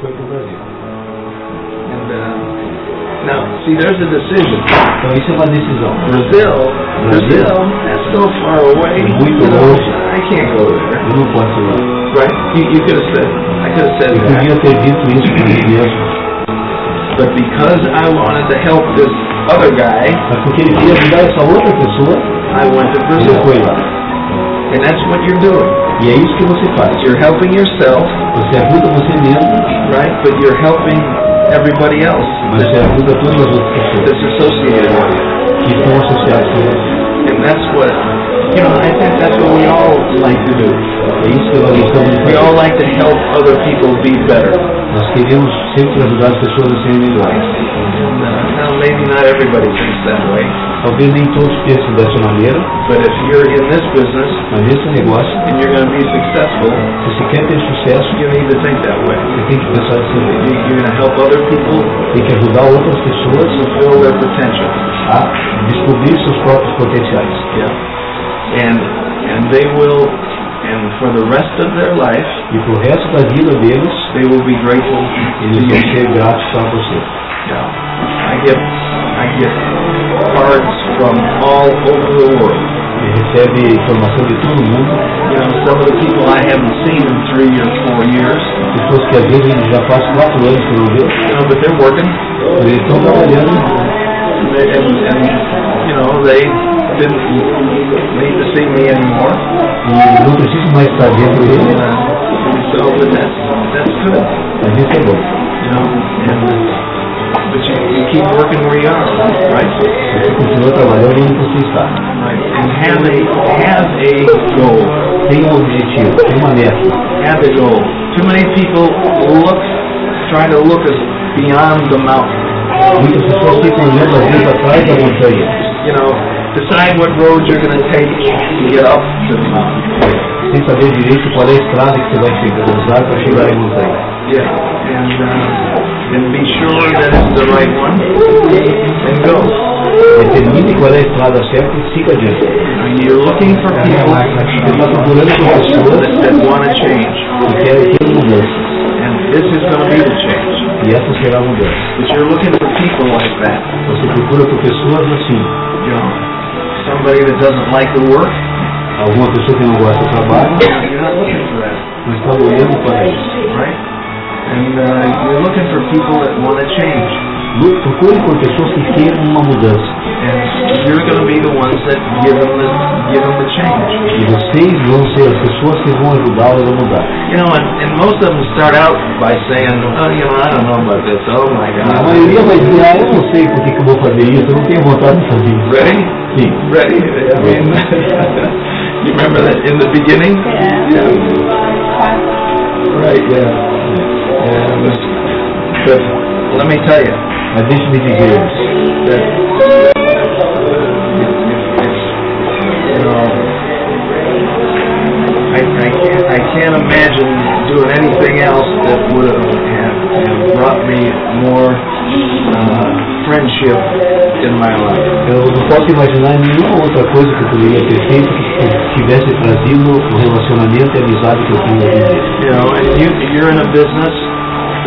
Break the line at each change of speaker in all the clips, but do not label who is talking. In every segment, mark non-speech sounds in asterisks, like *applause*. foi para o Brasil.
And, uh, now, see, there's a decision.
Então isso é uma decisão.
Brazil, Brazil, that's so far away.
Muito
you know,
longe.
I can't go there.
Eu não posso ir.
Right? You, you could have said, I could have said
Eu
that.
podia ter dito isso para mim mesmo.
But because I wanted to help this other guy,
Mas porque ele queria ajudar essa outra pessoa,
I went to
ele
Brazil.
foi lá.
And that's what you're doing.
E é isso que você faz.
You're helping yourself,
Você ajuda você mesmo,
right? But you're helping everybody else
mas você ajuda todas as outras pessoas
that's associated with you.
que estão associadas a você.
And that's what, you know, I think that's what we all like to do.
É isso que nós estamos
We
fazendo.
all like to help other people be better.
Nós queremos sempre ajudar as pessoas a serem melhores.
Now, maybe not everybody thinks that way,
Talvez nem todos pensem dessa maneira,
but if you're in this business
mas esse negócio,
and you're going to be successful,
se você quer ter sucesso,
you need to think that way.
você tem que pensar dessa maneira.
You- You're going to help other people
Tem que ajudar outras pessoas
fulfill their potential.
a descobrir seus próprios potenciais.
Yeah. And, and they will, and for the rest of their life,
E pro resto da vida deles,
they will be grateful to
eles
you.
vão ser gratos a você.
Yeah. I get, I get cards from all over the world.
Ele recebe informação de todo mundo,
You know, some of the people I haven't seen in three or four years,
pessoas que às vezes ele já faz quatro anos que não vê,
you know, Uh, but they're working.
mas eles estão trabalhando
And, they- and, and, you know, they didn't need to see me anymore.
e não preciso mais estar dentro
And,
dele,
uh, so, but that's, that's good,
mas isso é bom.
you know. And, but you, you keep working where you are, right?
Você continua trabalhando onde você está.
Right. And have a, have a goal.
Tem um objetivo, tem uma meta.
Have a goal. Too many people look, try to look as beyond the mountain.
Muitas pessoas ficam olhando às vezes atrás da montanha,
you know, decide what road you're going to take to get up to the mountain.
sem saber direito qual é a estrada que você vai chegar, usar para chegar à montanha.
Yeah, and uh, and be sure that it's the right one, and go.
Determine qual é a estrada certa e siga adiante.
You know, You're looking for people
Você está procurando por pessoas
that, that want to change,
que querem ter mudança.
and this is going to be the change.
E essa será a mudança.
But you're looking for people like that,
Você procura por pessoas assim.
you know, somebody that doesn't like the work.
Alguma pessoa que não gosta do trabalho,
You're not looking for that,
mas está olhando para isso.
right? And uh, you're looking for people that want to change.
Lu- Procure por pessoas que queiram uma mudança.
And you're going to be the ones that give them the, give them the change.
E vocês vão ser as pessoas que vão ajudá-las a mudar.
You know, and, and most of them start out by saying, oh, you know, I don't know about this. Oh, my
A
God.
maioria vai dizer, ah, eu não sei por que, que eu vou fazer isso, eu não tenho vontade de fazer isso.
Ready?
Sim.
Ready? I mean, *laughs* you remember that in the beginning? Yeah. Right, yeah. And, but let me tell you,
Mas deixe-me dizer,
that it's, it's, you know, I, I can't, I can't imagine doing anything else that would have, have, have brought me more uh, friendship in my life.
eu não posso imaginar nenhuma outra coisa que eu poderia ter feito que tivesse trazido o relacionamento e a amizade que eu tenho hoje em dia.
You know, and you, you're in a business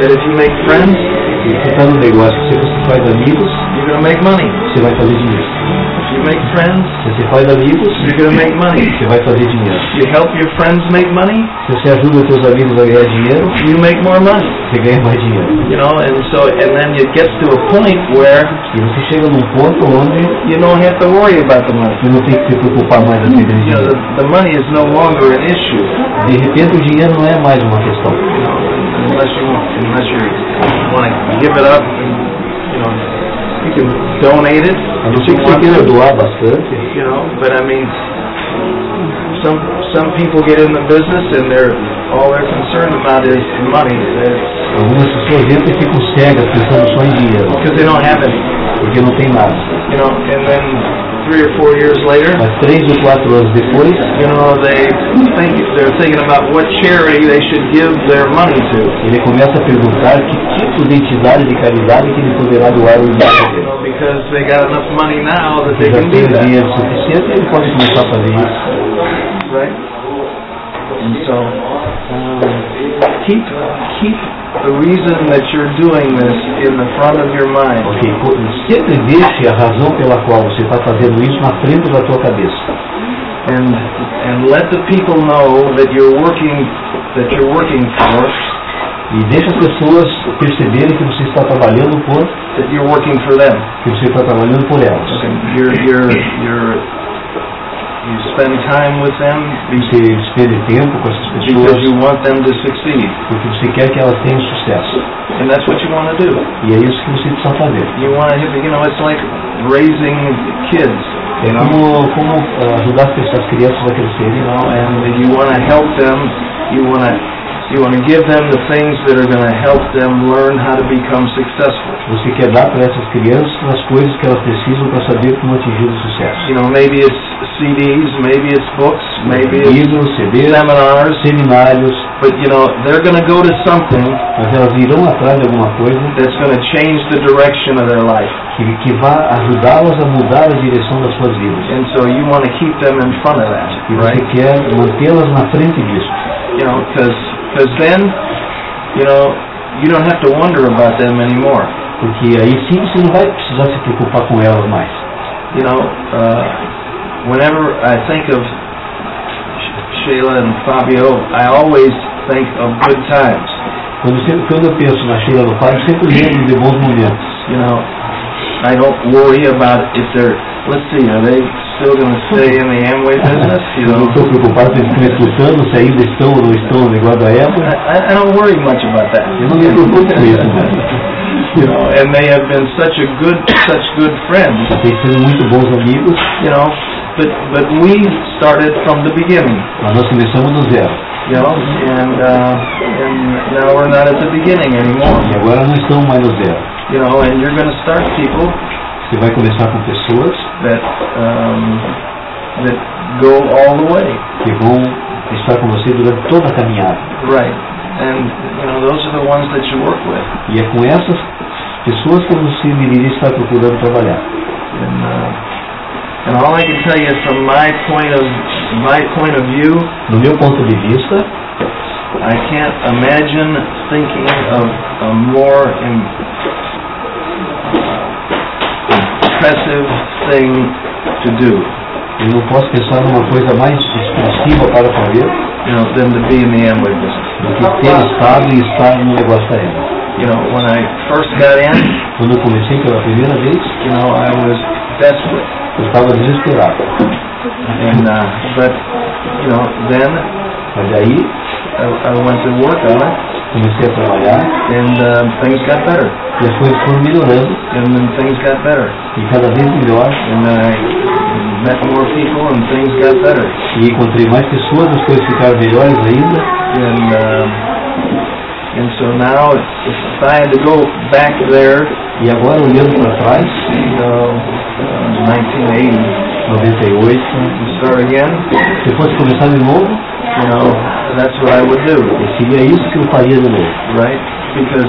that if you make friends,
E Você está num negócio que se você faz amigos,
you're going to make money.
você vai fazer dinheiro.
If you make friends,
Se você faz amigos,
you're going to make money.
você vai fazer dinheiro.
You help your friends make money,
Se você ajuda os seus amigos a ganhar dinheiro,
you make more money.
você ganha mais dinheiro.
You know, and so, and then it gets to a point where
E você chega num ponto onde
you don't have to worry about the money.
você não tem que se preocupar mais assim com
You know,
dinheiro.
the, the money is no longer an issue
De repente o dinheiro não é mais uma questão.
you know, unless you want, unless you want to give it up. And, you know, you can donate it
A não
if
ser
you
que você
want
queira
to.
doar bastante,
You know, but I mean, some some people get in the business and they're all they're concerned about is money
algumas pessoas entram e ficam cegas pensando só em dinheiro,
because they don't have any.
porque não tem nada.
You know, and then three or four years later.
Mas três ou quatro anos depois,
You know, they think they're thinking about what charity they should give their money to.
ele começa a perguntar que tipo de entidade de caridade que ele poderá doar o dinheiro
You
dele.
know, because they got enough money now that they
Ele já
can do
tem o
that,
dinheiro suficiente, ele pode começar a fazer isso.
right? And so, um, keep keep the reason that you're doing this in the front of your mind.
Ok? Co- Sempre deixe a razão pela qual você está fazendo isso na frente da sua cabeça.
and and let the people know that you're working that you're working for
E deixe as pessoas perceberem que você está trabalhando por,
that you're working for them.
que você está trabalhando por elas.
Okay. You're you're you're you spend time with them
Você espere tempo com essas
because
pessoas
you want them to succeed,
porque você quer que elas tenham sucesso.
and that's what you want to do.
E é isso que você precisa fazer.
You want to you know it's like raising kids,
É
you know,
como, como ah, ajudar as pessoas, as crianças a crescerem. é,
you know, and you want to help them. You want to you want to give them the things that are going to help them learn how to become successful.
Você quer dar para essas crianças as coisas que elas precisam para saber como atingir o sucesso.
you know, maybe it's CDs, maybe it's books, maybe it's
Livros, CDs,
seminars,
seminários,
but you know, they're going to go to something
mas elas irão atrás de alguma coisa
that's going to change the direction of their life.
que, que vá ajudá-las a mudar a direção das suas vidas.
And so you want to keep them in front of that,
E você
right?
quer mantê-las na frente disso.
You know, because then, you know, you don't have to wonder about them anymore.
Porque aí sim você não vai precisar se preocupar com elas mais.
You know, uh, whenever I think of Sh- Shayla and Fabio, I always think of good times.
Quando, sempre, quando eu penso na Sheila do Pai, eu sempre lembro de bons momentos.
you know, I don't worry about if they're, let's see, are they still going to stay in the Amway business, you
Eu
know?
não estou preocupado se eles estão escutando, se ainda estão ou não estão no negócio da
I,
época.
I- I don't worry much about that.
Eu não me preocupo com isso, né?
You know, and they have been such a good, such good friends,
Tem sido muito bons amigos,
you know, but, but we started from the beginning,
mas nós começamos do é zero.
you know, and, uh, and now we're not at the beginning anymore,
E agora não estão mais no zero.
you know, and you're going to start people
Você vai começar com pessoas
that, um, that go all the way.
que vão estar com você durante toda a caminhada.
Right. And, you know, those are the ones that you work with.
E é com essas pessoas que você deveria estar procurando trabalhar.
And, uh, and all I can tell you from my point of, my point of view,
No meu ponto de vista,
I can't imagine thinking of a more im- impressive thing to do,
eu não posso pensar numa coisa mais expressiva para fazer
you know, than to be in the Amway business.
do que ter estado e estar no negócio da época.
You know, when I first got in,
Quando eu comecei pela primeira vez,
you know, I was desperate.
eu estava desesperado.
And, uh, but, you know, then
Mas aí,
I, I went to work on it.
comecei a trabalhar
and um, things got better,
e as coisas foram melhorando
and then things got better,
e cada vez melhor.
and then I met more people, and things got better,
E encontrei mais pessoas, as coisas ficaram melhores ainda.
and um, and so now if, if I had to go back there,
E agora, olhando para trás,
you know, uh, 1980,
98,
and start again,
se eu fosse começar de novo,
you know, that's what I would do,
eu seria isso que eu faria de novo.
right? Because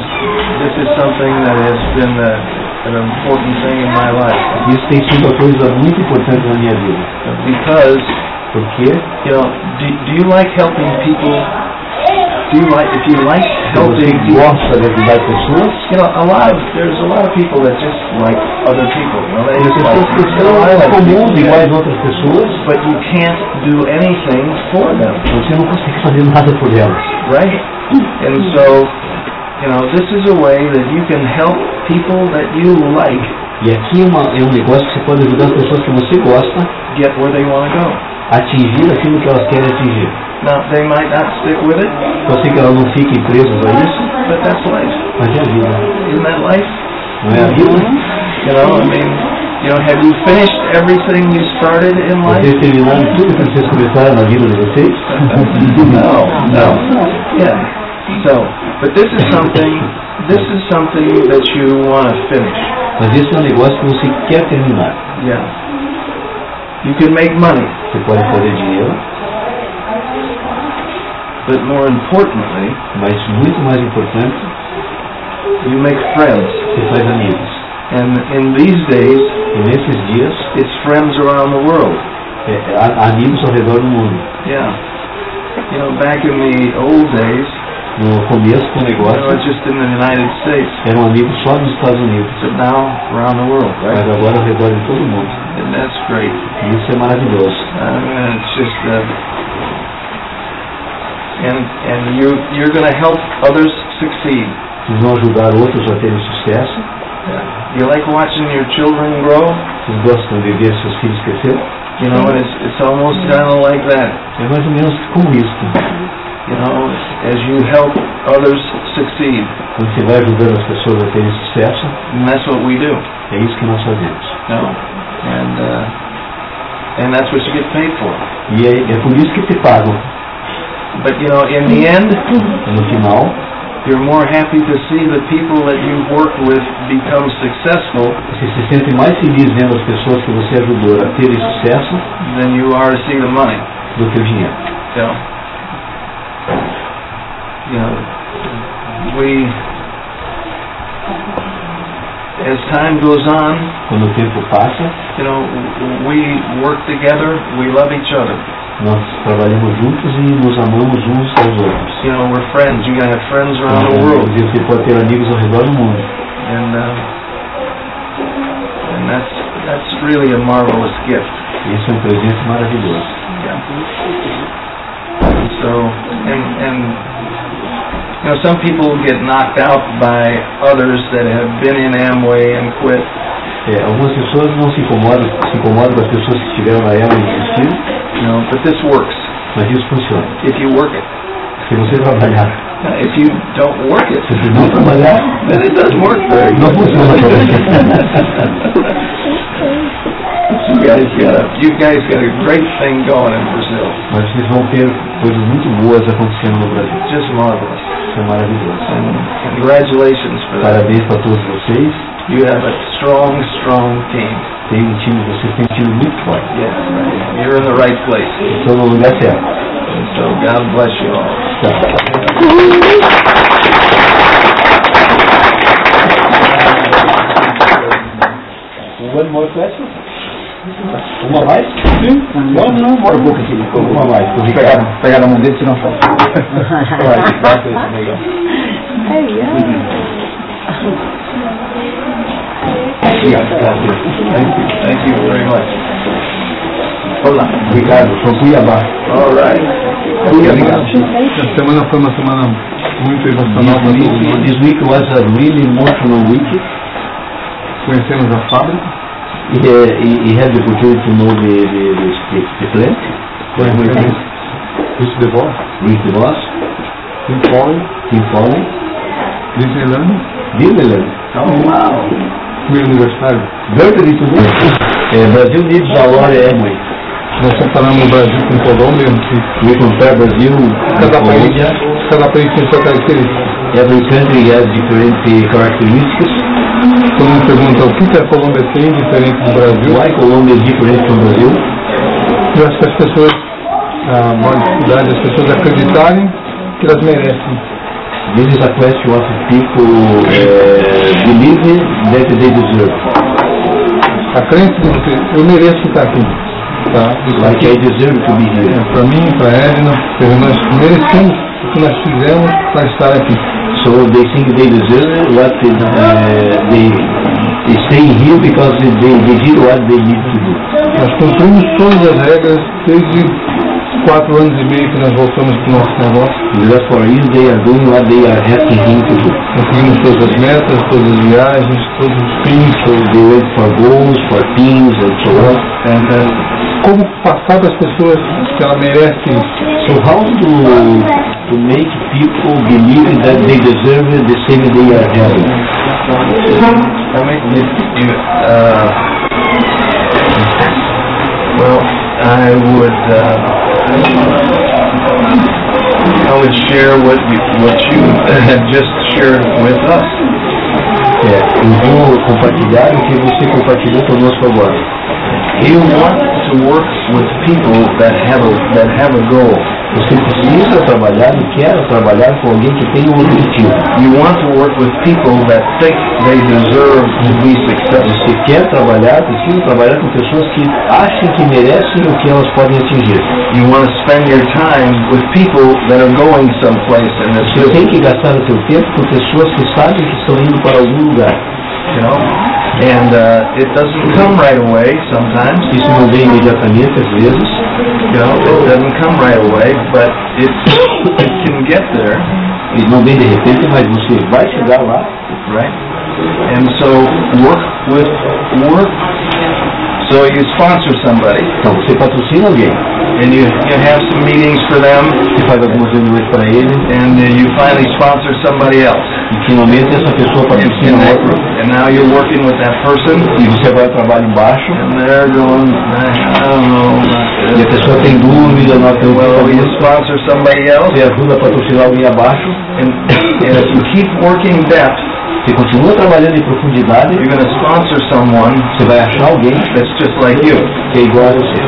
this is something that has been a, an important thing in my life,
Isso tem sido uma coisa muito importante na minha vida.
because
Porque
You know, do, do you like helping people? Do you like, if you like
você
helping people,
gosta de ajudar pessoas,
you know, a lot of, there's a lot of people that just like other people. You know, they
e as
just like,
pessoas que
"Oh, I
são
like people,
comuns
yeah."
iguais a outras pessoas,
But you can't do anything for them,
você não consegue fazer nada por elas.
right? And so, you know, this is a way that you can help people that you like
E aqui é uma- é um negócio que você pode ajudar as pessoas que você gosta
get where they want to go.
atingir aquilo que elas querem atingir.
Now, they might not stick with it,
Eu sei que elas não fiquem presas a isso,
but that's life.
mas é a vida.
Isn't that life?
Não é a vida?
You know, I mean, you know, have you finished everything you started in life?
Vocês terminaram tudo que vocês começaram na vida de vocês?
*laughs* No, no. Yeah. So, but this is something, this is something that you want to finish.
Mas esse é um negócio que você quer terminar.
Yeah. You can make money,
Você pode fazer dinheiro,
but more importantly,
mas muito mais importante,
you make friends.
você faz amigos.
And in these days,
E nesses dias,
it's friends around the world.
é, é, há há amigos ao redor do mundo.
Yeah. You know, back in the old days,
no começo do
Well, it was
negócio,
just in the United States,
eram amigos só nos Estados Unidos,
but now around the world,
mas
right?
agora ao redor de todo o mundo.
And that's great.
E isso é maravilhoso.
Um, and it's just, uh, and and you you're going to help others succeed.
Vocês vão ajudar outros a terem sucesso.
You like watching your children grow?
Vocês gostam de ver seus filhos crescer?
You know, and it's it's almost kind of like that.
É mais ou menos como isso.
You know, as you help others succeed,
Quando você vai ajudando as pessoas a terem sucesso,
and that's what we do.
é isso que nós fazemos.
No, and uh, and that's what you get paid for.
E é, é por isso que te pagam.
But you know, in the end,
No final,
you're more happy to see the people that you've worked with become successful
você se sente mais feliz vendo as pessoas que você ajudou a terem sucesso
than you are to see the money.
do que o dinheiro.
So, you know, we, as time goes on,
Quando o tempo passa,
you know, we work together, we love each other.
nós trabalhamos juntos e nos amamos uns aos outros.
You know, we're friends. You're going to have friends around the world.
E você pode ter amigos ao redor do mundo.
And, uh, and that's, that's really a marvelous gift.
Isso é um presente maravilhoso.
Yeah. So, and, and, you know, some people get knocked out by others that have been in Amway and quit.
É, algumas pessoas não se incomodam, se incomodam com as pessoas que estiveram na ela e insistiram,
You know, but this works
mas isso funciona.
if you work it.
Se você *laughs* trabalhar,
Now, If you don't work it,
se você não trabalhar,
then it doesn't work very
não
good.
funciona para você.
*laughs* You guys got a, you guys got a great thing going in Brazil.
mas vocês vão ter coisas muito boas acontecendo no Brasil.
Just marvelous.
Isso é maravilhoso.
And congratulations for that.
Parabéns para todos vocês.
You have a strong, strong team.
Tem um time, vocês têm um time muito forte.
Yes, you're in the right place.
Estão no lugar certo.
And so God bless you all.
Tá. One more question? Uma mais? Sim. Não, não, bora. Acabou, querido. Uma mais. Vou pegar, pegar a mão dele e tirar uma *laughs* foto. Olha, bate esse negócio. Obrigado, prazer.
Thank you very much.
Olá. Obrigado, sou Cuiabá.
All right.
Essa semana foi uma semana muito emocional para todo mundo.
This week was a really emotional week.
Conhecemos a fábrica,
He, he, he had the opportunity to know the, the, the, the, the plant.
conhecemos Rich DeVos,
Rick DeVos,
Tim Foley,
Tim Foley,
Disneyland,
Disneyland.
Oh, wow.
meu aniversário.
Berkeley também. É, Brasil Needs a Lot of Amway.
Nós comparamos o Brasil com Colômbia, que
We compare Brazil with
cada país,
Colombia.
cada país tem sua característica.
Every country has different eh, characteristics.
Todo mundo Então, pergunta o que que a Colômbia tem diferente do Brasil.
Why Colombia is different from Brazil?
Eu acho que as pessoas, a maior dificuldade é as pessoas acreditarem que elas merecem.
This is a question of people eh, believe that they deserve.
A crença de que eu mereço estar aqui. Tá? Isso
Like
aqui
I deserve to be here.
para mim, para a Edna, porque nós merecemos o que nós fizemos para estar aqui.
So they think they deserve what is, eh, they, they stay here because they, they did what they need to do.
Nós cumprimos todas as regras desde quatro anos e meio que nós voltamos para o nosso negócio.
Therefore, if they are doing what they are asking him to do.
Conseguimos todas as metas, todas as viagens, todos os fins.
So they wait for goals, for things, and so on.
And, uh, como passar para as pessoas que ela merece isso?
So how to to make people believe that they deserve the same they are having?
Let me, you, you, uh, well, I would, uh, I would share what you, what you had just shared with us.
É, eu vou compartilhar o que você compartilhou conosco agora.
You want to work with people that have a, that have a goal.
Você precisa trabalhar e quer trabalhar com alguém que tem um objetivo.
You want to work with people that think they deserve to be successful.
Você quer trabalhar, precisa trabalhar com pessoas que acham que merecem o que elas podem atingir.
You want to spend your time with people that are going someplace in this
Você tem
business,
que gastar o seu tempo com pessoas que sabem que estão indo para algum lugar.
you know? And uh, it doesn't come right away sometimes,
Isso não vem imediatamente, às vezes.
you know? It doesn't come right away, but it, it can get there,
E não vem de repente, mas você vai chegar lá
right? And so work with work. So you sponsor somebody
Então você patrocina alguém,
and you, you have some meetings for them
você faz algumas reuniões para ele,
and uh, you finally sponsor somebody else.
e finalmente essa pessoa
in, in
patrocina
that
outro,
group. And now you're working with that person,
e você vai ao trabalho embaixo,
and they're going, I don't know.
e a pessoa tem dúvida, nós temos
Well, you
que
sponsor somebody else,
você ajuda a patrocinar alguém abaixo,
and, and if you keep working depth,
você continua trabalhando em profundidade,
you're gonna sponsor someone
você vai achar alguém
that's just like you,
que é igual a você,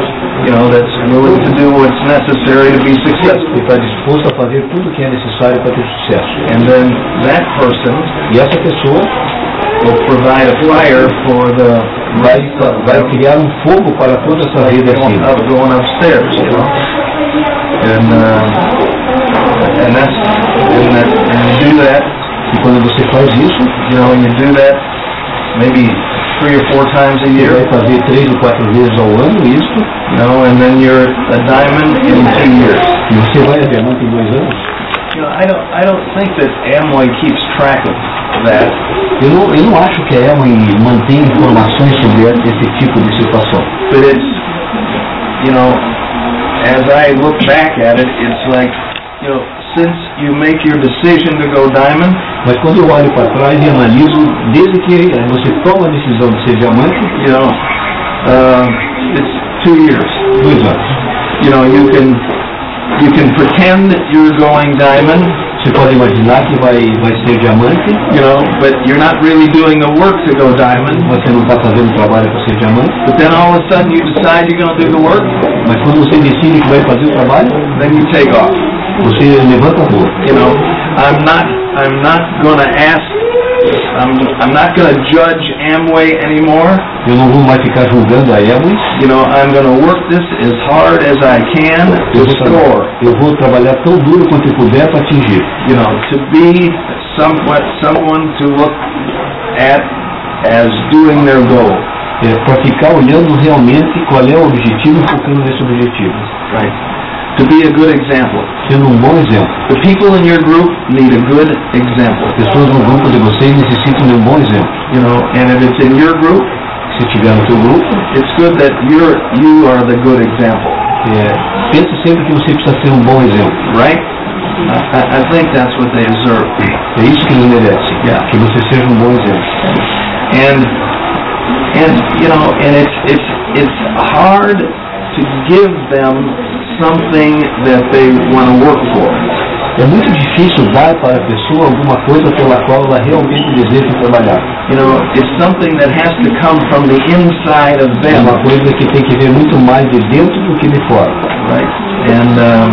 you know, that's willing to do what's necessary to be
que
successful.
está tá disposto a fazer tudo o que é necessário para ter sucesso.
And then that person
E essa pessoa
will provide a fire for the
vai,
right, uh,
vai criar um fogo para toda essa rede
going
acima.
up, going upstairs, you know. And, uh, and that's, and that, and you do that,
E quando você faz isso,
you know, you do that maybe three or four times a
você
year,
vai fazer três ou quatro vezes ao ano isso,
you know, and then you're a diamond in two years.
e você vai a diamante em dois anos.
You know, I don't, I don't think that Amway keeps track of that.
Eu não, eu não acho que a Ellen mantém informações sobre esse tipo de situação.
But it's, you know, as I look back at it, it's like, you know, since you make your decision to go diamond,
Mas quando eu olho para trás e analiso, desde que você toma a decisão de ser diamante,
you know, uh, it's two years.
dois anos.
You know, you can, you can pretend that you're going diamond,
Você pode imaginar que vai, vai ser diamante,
you know, but you're not really doing the work to go diamond.
você não está fazendo trabalho para ser diamante,
But then all of a sudden you decide you're gonna do the work,
mas quando você decide que vai fazer o trabalho,
then you take off,
você levanta a rua.
you know. I'm not, I'm not gonna ask, I'm, I'm not gonna judge Amway anymore.
Eu não vou mais ficar julgando a Ellen,
You know, I'm gonna work this as hard as I can to
eu vou,
score,
trabalhar, eu vou trabalhar tão duro quanto eu puder para atingir.
you know, to be somewhat, someone to look at as doing their goal.
É, para ficar olhando realmente qual é o objetivo e focando nesse objetivo.
Right. To be a good example.
Sendo um bom exemplo.
The people in your group need a good example,
Pessoas no grupo de vocês necessitam de um bom exemplo.
you know, and if it's in your group,
Se tiver no seu grupo,
it's good that you're, you are the good example,
é, pense sempre que você precisa ser um bom exemplo.
right? I, I- I think that's what they deserve.
É isso que eles merecem.
Yeah.
Que você seja um bom exemplo.
And, and, you know, and it's, it's, it's hard to give them something that they want to work for.
É muito difícil dar para a pessoa alguma coisa pela qual ela realmente deseja trabalhar.
You know, it's something that has to come from the inside of
É
them,
uma coisa que tem que ver muito mais de dentro do que de fora.
right? And, um,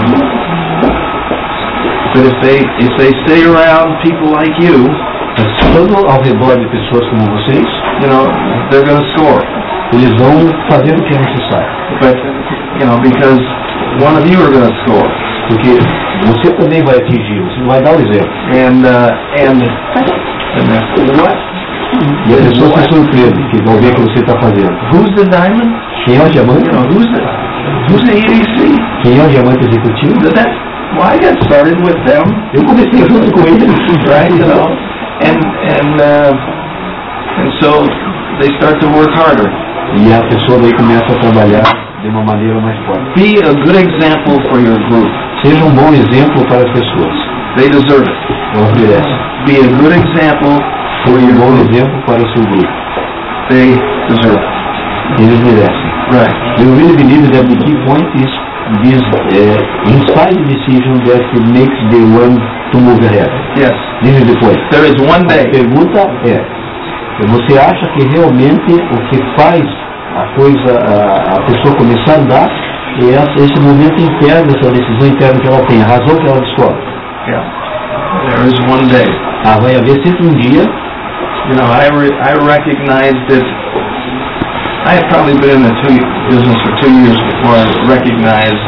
but if they, if they stay around people like you,
Mas estando ao redor de pessoas como vocês,
you know, they're going to score.
eles vão fazer o que é necessário.
But, you know, because one of you are going to score.
Porque você também vai atingir, você vai dar o exemplo.
And, uh, and, and that's what?
E a pessoa se surpreende que vão ver o que você está fazendo.
Who's the diamond?
Quem é o diamante?
You know, who's the, who's the EDC?
Quem é o diamante executivo?
But That's, well, I got started with them,
Eu comecei junto com ele. *laughs*
right, you know? And, and, uh, and so they start to work harder.
E a pessoa daí começa a trabalhar de uma maneira mais forte.
Be a good example for your group.
Seja um bom exemplo para as pessoas.
They deserve it.
Elas merecem.
Be a good example for
Seja
your
um bom
group.
exemplo para o seu grupo.
They deserve it.
Eles merecem.
Right.
You really believe that the key point is this uh, inside decision that makes the one to move ahead.
Yes.
This is the point.
There is one
A
day.
pergunta é, você acha que realmente o que faz a coisa, a, a pessoa começar a andar E essa, esse movimento interno, essa decisão interna que ela tem, a razão que ela descobre.
Yeah. There is one day.
Ah, vai haver sempre um dia,
You know, I, re- I recognize that I had probably been in the two, business for two years before I recognized,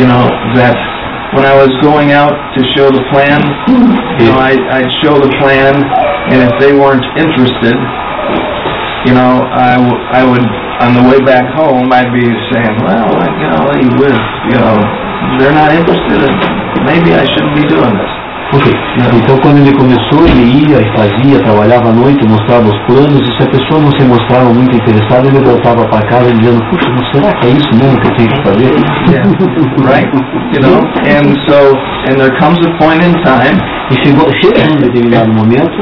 you know, that when I was going out to show the plan, you know, I, I'd show the plan, and if they weren't interested, you know, I, w- I would, on the way back home, I'd be saying, well, I, you know, they with, you know, they're not interested, and maybe I shouldn't be doing this.
Ok. Então, quando ele começou, ele ia e fazia, trabalhava à noite, mostrava os planos, e se a pessoa não se mostrava muito interessada, ele voltava para casa dizendo, puxa, mas será que é isso mesmo que eu tenho que fazer? *laughs*
Yeah, right? You know, and so, and there comes a point in time,
E chegou, chega um determinado momento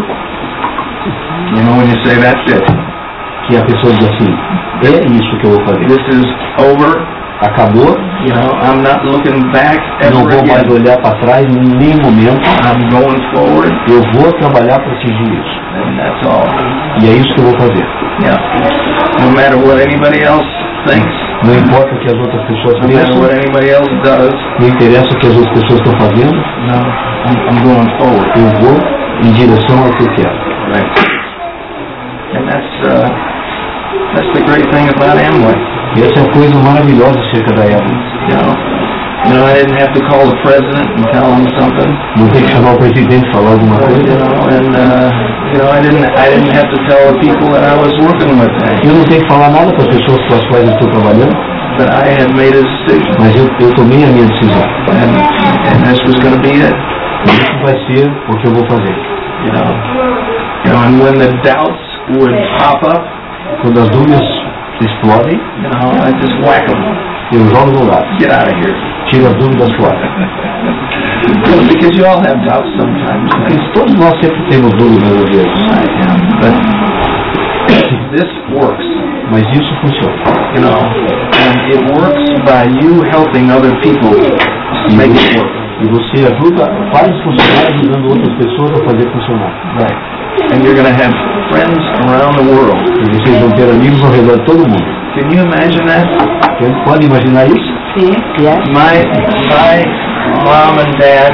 you know, when you say, that's it.
que a pessoa diz assim, é isso que eu vou fazer.
This is over,
Acabou,
you know, I'm not looking back
não
ever
vou mais
again.
olhar para trás em nenhum momento,
I'm going forward,
eu vou trabalhar para atingir isso.
and that's all.
E é isso que eu vou fazer.
Yeah. No matter what anybody else thinks,
Não importa o que as outras pessoas
no matter
pensam,
what anybody else does,
não interessa o que as outras pessoas estão fazendo,
no, I'm, I'm going forward.
eu vou em direção ao que eu quero.
Right. And that's, uh, that's the great thing about Amway.
E essa é a coisa maravilhosa acerca da Evelyn.
You know, you know, I didn't have to call the president and tell him something.
Não tem que chamar o presidente e falar alguma
But, you
coisa.
know, and uh, you know, I didn't, I didn't have to tell the people that I was working with, that,
Eu não tenho que falar nada para as pessoas com as quais eu estou trabalhando,
that I had made a decision,
mas eu, eu tomei a minha decisão.
and, and this was going to be it.
Isso vai ser o que eu vou fazer.
You know, you know, and when the doubts would pop up,
Quando as dúvidas explodem,
you know, I just whack them,
eu jogo do lado,
get out of here. *laughs*
tiro as dúvidas fora.
Because you all have doubts sometimes. right?
Mas Todos nós sempre temos dúvidas, meu Deus,
I am, but this works,
mas isso funciona.
you know, and it works by you helping other people make it work.
E você ajuda, faz funcionar ajudando outras pessoas a fazer funcionar.
Right. And you're going to have friends around the world.
E vocês vão ter amigos ao redor de todo mundo.
Can you imagine that?
Então, Pode imaginar isso?
My, my mom and dad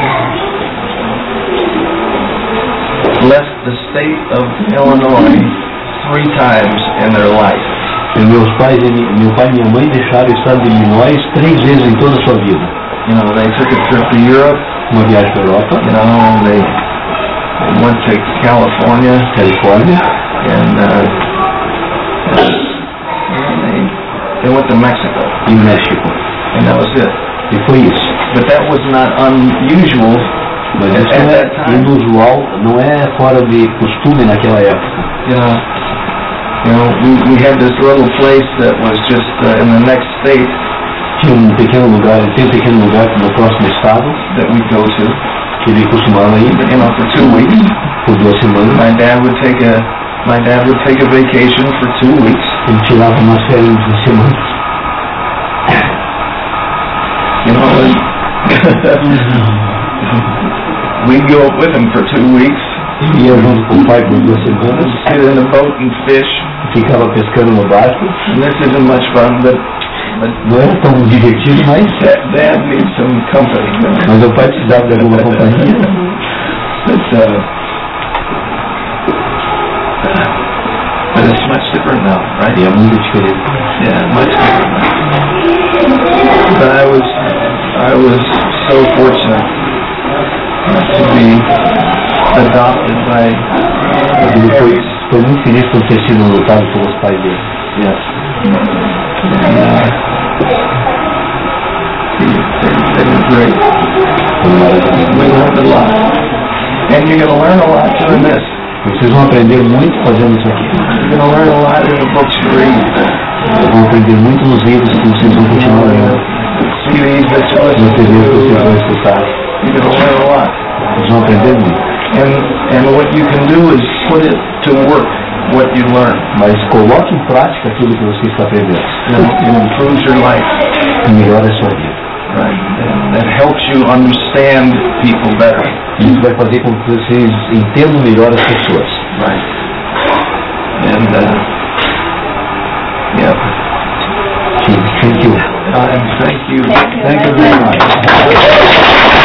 left the state of Illinois three times in their life.
E É meus pais, e mi- meu pai e minha mãe deixaram o estado de Illinois três vezes em toda a sua vida.
You know, they took a trip to Europe,
Uma viagem para a Europa,
you know, they, they went to California
Califórnia,
and, uh, and they, they went to Mexico
e México.
and that was it.
E foi isso.
But that was not unusual
Mas
at,
isso
at
não
that
é
time.
inusual, não é fora de costume naquela época.
You know, you know, we, we had this little place that was just uh, in the next state
Tinha um pequeno lugar, tem um pequeno lugar no próximo estado,
that we'd go to,
que ele costumava ir
you know, for two weeks.
por duas semanas.
My dad would take a, my dad would take a vacation for two weeks,
Ele tirava umas férias de semana.
you know, and *laughs* we'd go up with him for two weeks,
Ele ia junto com o pai por duas semanas,
sit in the boat and fish,
ficava pescando no barco.
and this isn't much fun, but, but
Não era tão divertido, mas,
dad, dad needs some company, you know. *laughs*
mas o pai precisava de alguma companhia.
But, uh, but it's much different now, right?
E é muito diferente.
Yeah, much different. now. But I was, I was so fortunate to be adopted by
Ele foi,
Harry's.
foi muito feliz por ter sido adotado pelos pais dele.
Yes. And, uh, they, they were great. We learned a lot. And you're gonna learn a lot doing this.
Vocês vão aprender muito fazendo isso aqui.
You're gonna learn a lot in the books you read.
Vão aprender muito nos livros que vocês vão continuar lendo.
CDs that you listen
Muitas
to,
vezes vocês vão
uh,
escutar.
you're gonna learn a lot.
Vocês vão aprender muito.
And, and what you can do is put it to work, what you learn.
Mas coloque em prática aquilo que você está aprendendo.
And it improves your life.
E melhore a sua vida.
Right. And that helps you understand people better.
E Isso vai fazer com que vocês entendam melhor as pessoas.
Right. And, uh, yeah. Uh,
Que
Thank you.
Thank you.
Thank you very much.